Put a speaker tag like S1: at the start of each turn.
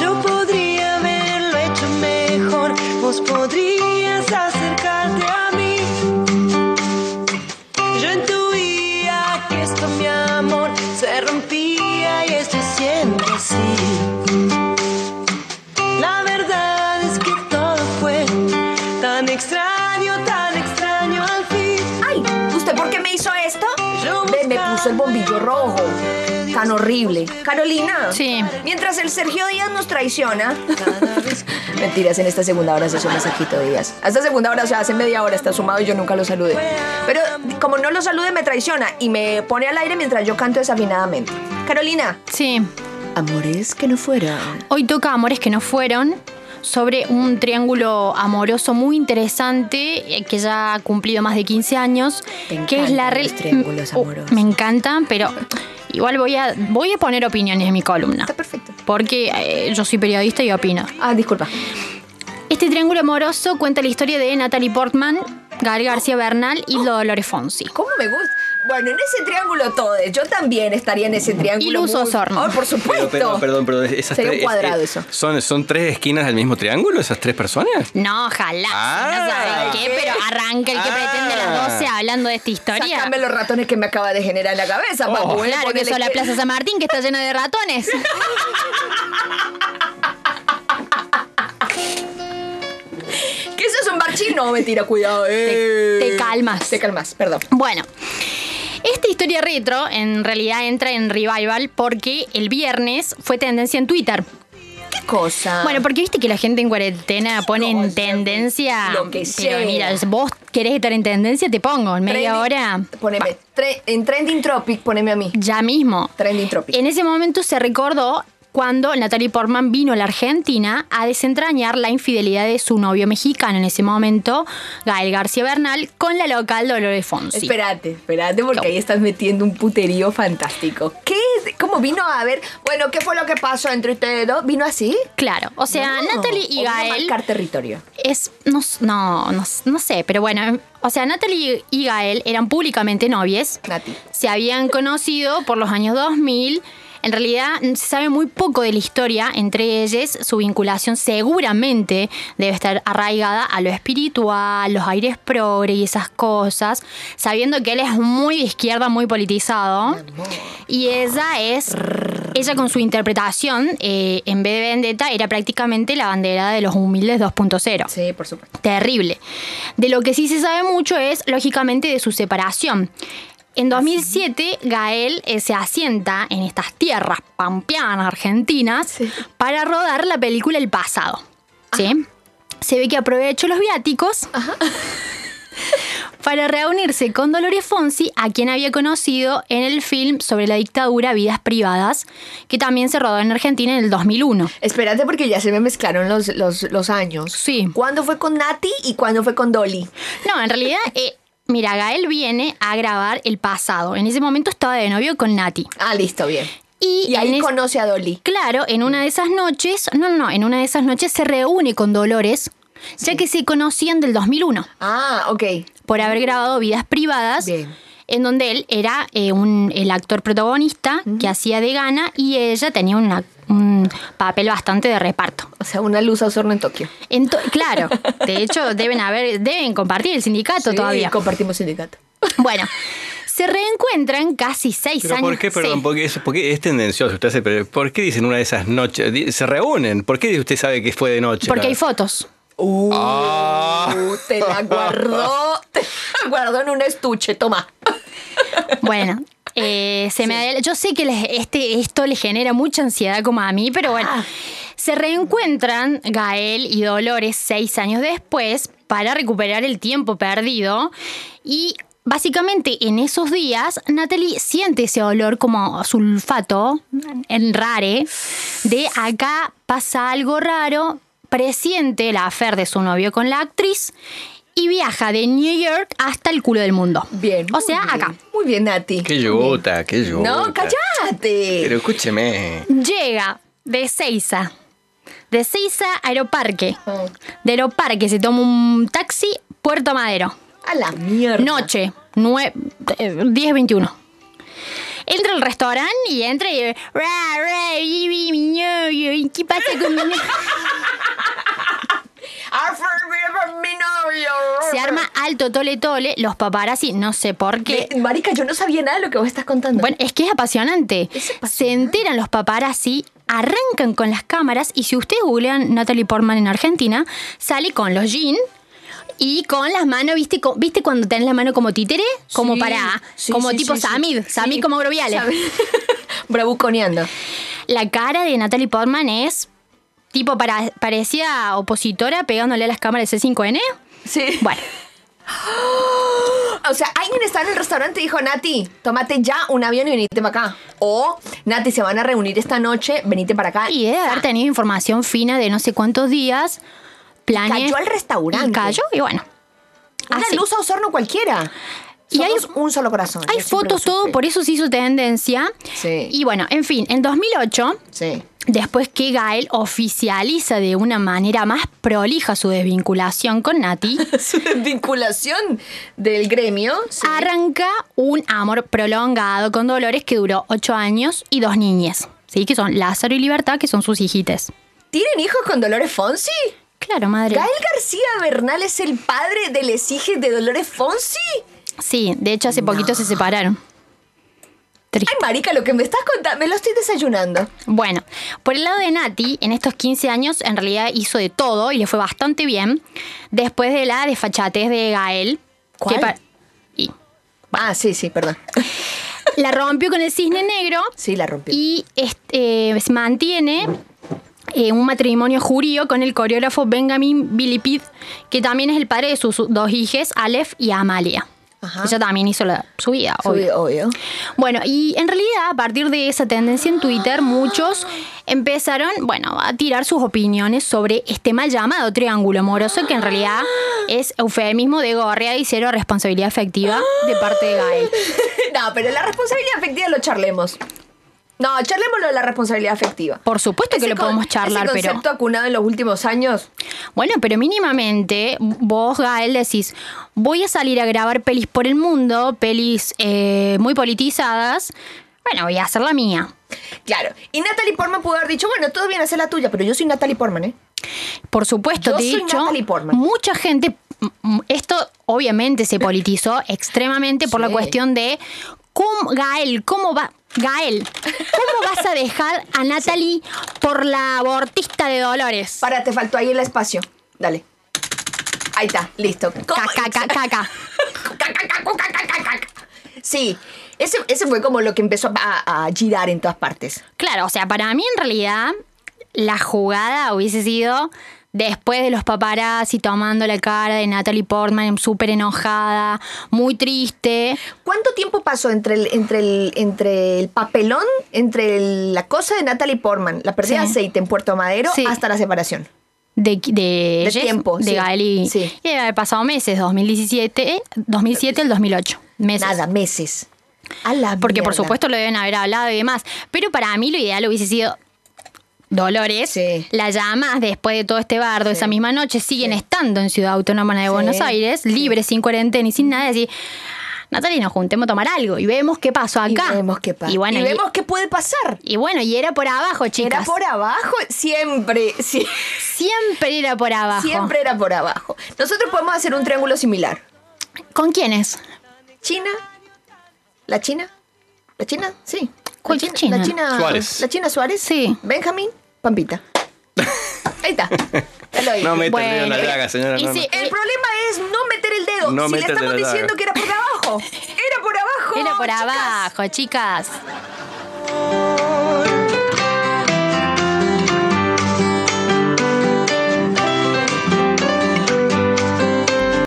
S1: Yo podría haberlo hecho mejor, vos podrías acercarte a mí. Yo intuía que esto, mi amor, se rompía y estoy siendo así. La verdad es que todo fue tan extraño, tan extraño al fin.
S2: ¡Ay! ¿Usted por qué me hizo esto?
S1: Yo
S2: Ve, Me puso el bombillo rojo. Tan horrible. Carolina.
S3: Sí.
S2: Mientras el Sergio Díaz nos traiciona. Mentiras, en esta segunda hora se suma Sergito Díaz. A esta segunda hora, o sea, hace media hora está sumado y yo nunca lo salude. Pero como no lo salude, me traiciona y me pone al aire mientras yo canto desafinadamente. Carolina.
S3: Sí.
S2: Amores que no fueran.
S3: Hoy toca Amores que no fueron sobre un triángulo amoroso muy interesante eh, que ya ha cumplido más de 15 años,
S2: Me
S3: que es la
S2: encantan
S3: rel-
S2: los triángulos
S3: Mm, oh,
S2: amorosos.
S3: me encantan, pero igual voy a voy a poner opiniones en mi columna,
S2: Está perfecto.
S3: porque eh, yo soy periodista y opino.
S2: Ah, disculpa.
S3: Este triángulo amoroso cuenta la historia de Natalie Portman, Gael García Bernal y Dolores Fonsi.
S2: ¿Cómo me gusta? Bueno, en ese triángulo todo. Yo también estaría en ese triángulo.
S3: Y Luz
S2: muy-
S3: Osorno.
S2: Oh, por
S4: Pero,
S2: supuesto.
S4: pero, perdón, pero esas
S2: Sería un
S4: tres. es-
S2: cuadrado
S4: es-
S2: eso.
S4: ¿son, ¿Son tres esquinas del mismo triángulo esas tres personas?
S3: No, ojalá.
S4: Ah.
S3: no sabe qué, pero arranca el que
S4: Ah.
S3: pretende las 12 hablando de esta historia.
S2: Sácame los ratones que me acaba de generar en la cabeza,
S4: Oh.
S2: papu, ¿eh?
S3: Claro, que
S2: Ponele
S3: eso la
S2: que-
S3: Plaza San Martín que está llena de ratones.
S2: Que eso es un bar chino, mentira, cuidado.
S3: Te-
S2: eh.
S3: te calmas.
S2: Te calmas, perdón.
S3: Bueno, esta historia retro en realidad entra en revival porque el viernes fue tendencia en Twitter.
S2: ¿Qué cosa?
S3: Bueno, porque viste que la gente en cuarentena pone
S2: Ah. No, o
S3: en
S2: sea,
S3: tendencia.
S2: lo que
S3: pero
S2: sea.
S3: mira, vos querés estar en tendencia, te pongo en media
S2: Trending-
S3: hora.
S2: Poneme. tre- en Trending Tropic, poneme a mí.
S3: Ya mismo.
S2: Trending Tropic.
S3: En ese momento se recordó cuando Natalie Portman vino a la Argentina a desentrañar la infidelidad de su novio mexicano en ese momento, Gael García Bernal, con la local Dolores Fonsi.
S2: Espérate, espérate, porque ahí estás metiendo un puterío fantástico. ¿Qué? es? ¿Cómo vino a ver? Bueno, ¿qué fue lo que pasó entre ustedes dos? ¿Vino así?
S3: Claro, o sea,
S2: No,
S3: Natalie
S2: o
S3: y
S2: vino a
S3: Gael
S2: marcar territorio.
S3: es no, s- no, no, s- no sé, pero bueno, o sea, Natalie y Gael eran públicamente novies.
S2: Nati.
S3: Se habían conocido por los años 2000. En realidad mm, se sabe muy poco de la historia entre ellas. Su vinculación seguramente debe estar arraigada a lo espiritual, los aires progre y esas cosas, sabiendo que él es muy de izquierda, muy politizado. Y ella es, ella con su interpretación, eh, en vez de vendetta, era prácticamente la bandera de los humildes 2.0
S2: Sí, por supuesto.
S3: terrible. De lo que sí se sabe mucho es, lógicamente, de su separación. En 2007, Gael eh, se asienta en estas tierras pampeanas argentinas para rodar la película El pasado. ¿Sí? Se ve que aprovechó los viáticos para reunirse con Dolores Fonsi, a quien había conocido en el film sobre la dictadura Vidas Privadas, que también se rodó en Argentina en el 2001.
S2: Espérate porque ya se me mezclaron los, los, los años.
S3: Sí.
S2: ¿Cuándo fue con Nati y cuándo fue con Dolly?
S3: No, en realidad, eh, mira, Gael viene a grabar el pasado. En ese momento estaba de novio con Nati.
S2: Ah, listo, bien.
S3: Y,
S2: Y ahí
S3: en es-
S2: conoce a Dolly.
S3: Claro, en una de esas noches, no, no, no, en una de esas noches se reúne con Dolores, ya que se conocían del 2001
S2: Ah, ok.
S3: por haber grabado Vidas Privadas,
S2: Bien.
S3: en donde él era eh, un, el actor protagonista que hacía de gana y ella tenía una- un papel bastante de reparto.
S2: O sea, una luz a horno en Tokio.
S3: Ento- claro, de hecho deben haber, deben compartir el sindicato
S2: Sí,
S3: todavía.
S2: compartimos sindicato.
S3: Bueno, se reencuentran casi seis
S4: ¿Pero
S3: años.
S4: por qué, perdón,
S3: sí.
S4: porque, es, porque es tendencioso? Usted hace, pero ¿Por qué dicen una de esas noches? Di- ¿Se reúnen? ¿Por qué usted sabe que fue de noche?
S3: Porque
S4: la-
S3: hay fotos.
S2: Uh,
S4: Ah.
S2: te la guardó. Te la guardó en un estuche, toma.
S3: Bueno, eh, se me adela- yo sé que les- este, esto le genera mucha ansiedad como a mí, pero bueno.
S2: Ah.
S3: Se reencuentran Gael y Dolores seis años después para recuperar el tiempo perdido y básicamente en esos días Natalie siente ese olor como sulfato en rare de acá pasa algo raro, presiente la afer de su novio con la actriz y viaja de New York hasta el culo del mundo.
S2: Bien.
S3: O
S2: muy
S3: sea,
S2: bien.
S3: acá.
S2: Muy bien, Nati.
S4: Qué yota, qué yota.
S2: No,
S4: Pero
S2: cállate.
S4: escúcheme.
S3: Llega de Seiza. De Seiza a Aeroparque. De Aeroparque se toma un taxi, Puerto Madero.
S2: A la mierda.
S3: Noche, 10.21. entra al restaurante y entra y. "Ra, ra, y, y, y, mi novio, ¿y ¿Qué pasa con mi novio?"
S2: I forgive mi novio.
S3: Se arma alto tole tole, los paparazzi, no sé por qué.
S2: Eh, Marica, yo no sabía nada de lo que vos estás contando.
S3: Bueno, es que es apasionante.
S2: Es apasionante.
S3: Se enteran los paparazzi, arrancan con las cámaras y si ustedes googlean Natalie Portman en Argentina, sale con los jeans y con las manos, ¿viste, Co- ¿viste cuando tenés la mano como títere? Como
S2: Sí,
S3: para,
S2: sí,
S3: como
S2: sí,
S3: tipo
S2: sí, sí.
S3: Samid,
S2: Sí.
S3: Samid como groviales.
S2: Sabe- Bravuconeando.
S3: La cara de Natalie Portman es tipo para, parecía opositora pegándole a las cámaras de C5N.
S2: Sí.
S3: Bueno,
S2: O sea, alguien está en el restaurante y dijo, Nati, tómate ya un avión y venite para acá. O, Nati, se van a reunir esta noche, venite para acá. Ah,
S3: y debe haber tenido información fina de no sé cuántos días. Planes.
S2: cayó al restaurante.
S3: Y cayó y bueno.
S2: Una
S3: así.
S2: luz a Osorno cualquiera.
S3: Y
S2: Y hay
S3: hay-
S2: un solo corazón.
S3: Hay
S2: Yo siempre
S3: fotos,
S2: lo supe.
S3: todo, por eso se hizo tendencia.
S2: Sí.
S3: Y bueno, en fin, en 2008,
S2: Sí.
S3: después que Gael oficializa de una manera más prolija su desvinculación con Nati,
S2: Su vinculación del gremio. sí.
S3: arranca un amor prolongado con Dolores que duró ocho años y dos niñas, ¿sí? que son Lázaro y Libertad, que son sus hijites.
S2: ¿Tienen hijos con Dolores Fonsi?
S3: Claro, madre.
S2: ¿Gael García Bernal es el padre del exige de Dolores Fonsi?
S3: Sí, de hecho hace poquito se separaron. Triste.
S2: Ay, marica, lo que me estás contando, me lo estoy desayunando.
S3: Bueno, por el lado de Nati, en estos 15 años en realidad hizo de todo y le fue bastante bien después de la desfachatez de Gael.
S2: ¿Cuál?
S3: pa- y
S2: Ah, sí, sí, perdón.
S3: la rompió con el cisne negro
S2: Sí, la rompió.
S3: y este, eh, se mantiene eh, un matrimonio jurío con el coreógrafo Benjamin Bilipid, que también es el padre de sus dos hijes, Aleph y Amalia.
S2: Ajá.
S3: Ella también hizo la, su vida,
S2: Sí,
S3: obvio.
S2: obvio.
S3: Bueno, y en realidad a partir de esa tendencia en Twitter, muchos empezaron, bueno, a tirar sus opiniones sobre este mal llamado triángulo amoroso, que en realidad es eufemismo de gorrea y cero responsabilidad afectiva de parte de Gael.
S2: No, pero la responsabilidad afectiva lo charlemos. No, charlemos lo de la responsabilidad afectiva.
S3: Por supuesto que
S2: Ese
S3: lo
S2: con-
S3: podemos charlar,
S2: ese
S3: pero...
S2: concepto acunado en los últimos años.
S3: Bueno, pero mínimamente vos, Gael, decís, voy a salir a grabar pelis por el mundo, pelis eh, muy politizadas, bueno, voy a hacer la mía.
S2: Claro. Y Natalie Portman pudo haber dicho, bueno, todo bien, hacer la tuya, pero yo soy Natalie Portman, ¿eh?
S3: Por supuesto,
S2: Yo
S3: te he
S2: soy
S3: dicho,
S2: Natalie Portman.
S3: mucha gente, m- m- esto obviamente se politizó extremadamente por la
S2: Sí.
S3: cuestión de cómo, Gael, cómo va, Gael, cómo vas a dejar a Natalie por la abortista de Dolores.
S2: Para, te faltó ahí el espacio. Dale. Ahí está, listo. ¿Cómo?
S3: Caca, caca, caca.
S2: Ca, ca, ca, cu, ca, ca, ca, ca. Sí, ese, ese fue como lo que empezó a, a girar en todas partes.
S3: Claro, o sea, para mí en realidad la jugada hubiese sido después de los paparazzi tomando la cara de Natalie Portman súper enojada, muy triste.
S2: ¿Cuánto tiempo pasó entre el, entre el, entre el papelón, entre el- la cosa de Natalie Portman, la pérdida de
S3: Sí.
S2: aceite en Puerto Madero,
S3: Sí.
S2: hasta la separación?
S3: De, de,
S2: De tiempo,
S3: de
S2: sí,
S3: Gael y,
S2: sí.
S3: y debe haber pasado meses, 2017, eh, 2007 al 2008. Meses.
S2: Nada, meses. A la
S3: Porque por
S2: mierda.
S3: supuesto lo deben haber hablado y demás. Pero para mí lo ideal hubiese sido Dolores.
S2: Sí.
S3: La llamas después de todo este bardo esa misma noche. Siguen estando en Ciudad Autónoma de Buenos Aires, libres, sin cuarentena y sin nada. Decir, Natalia, nos juntemos a tomar algo y vemos qué pasó
S2: Y
S3: acá.
S2: vemos qué pasa.
S3: Y bueno, y,
S2: vemos qué puede pasar.
S3: y bueno, y era por abajo, chicas.
S2: Era por abajo, siempre, sí,
S3: Siempre era por abajo.
S2: siempre era por abajo. Nosotros podemos hacer un triángulo similar.
S3: ¿Con quiénes?
S2: China, la China, la China, sí.
S3: ¿Cuál
S2: la
S3: China?
S2: La China
S4: Suárez.
S2: La China Suárez,
S3: Sí.
S2: Benjamín, Pampita. Ahí está. Ya lo dije.
S4: No meta el dedo en la
S3: Bueno.
S4: llaga, señora.
S3: Y
S4: no,
S3: si-
S4: no.
S2: El problema es no meter el dedo.
S4: No
S2: si le
S4: metas
S2: estamos
S4: el dedo.
S2: diciendo que era por abajo. Era por abajo.
S3: Era por
S2: chicas.
S3: abajo, chicas.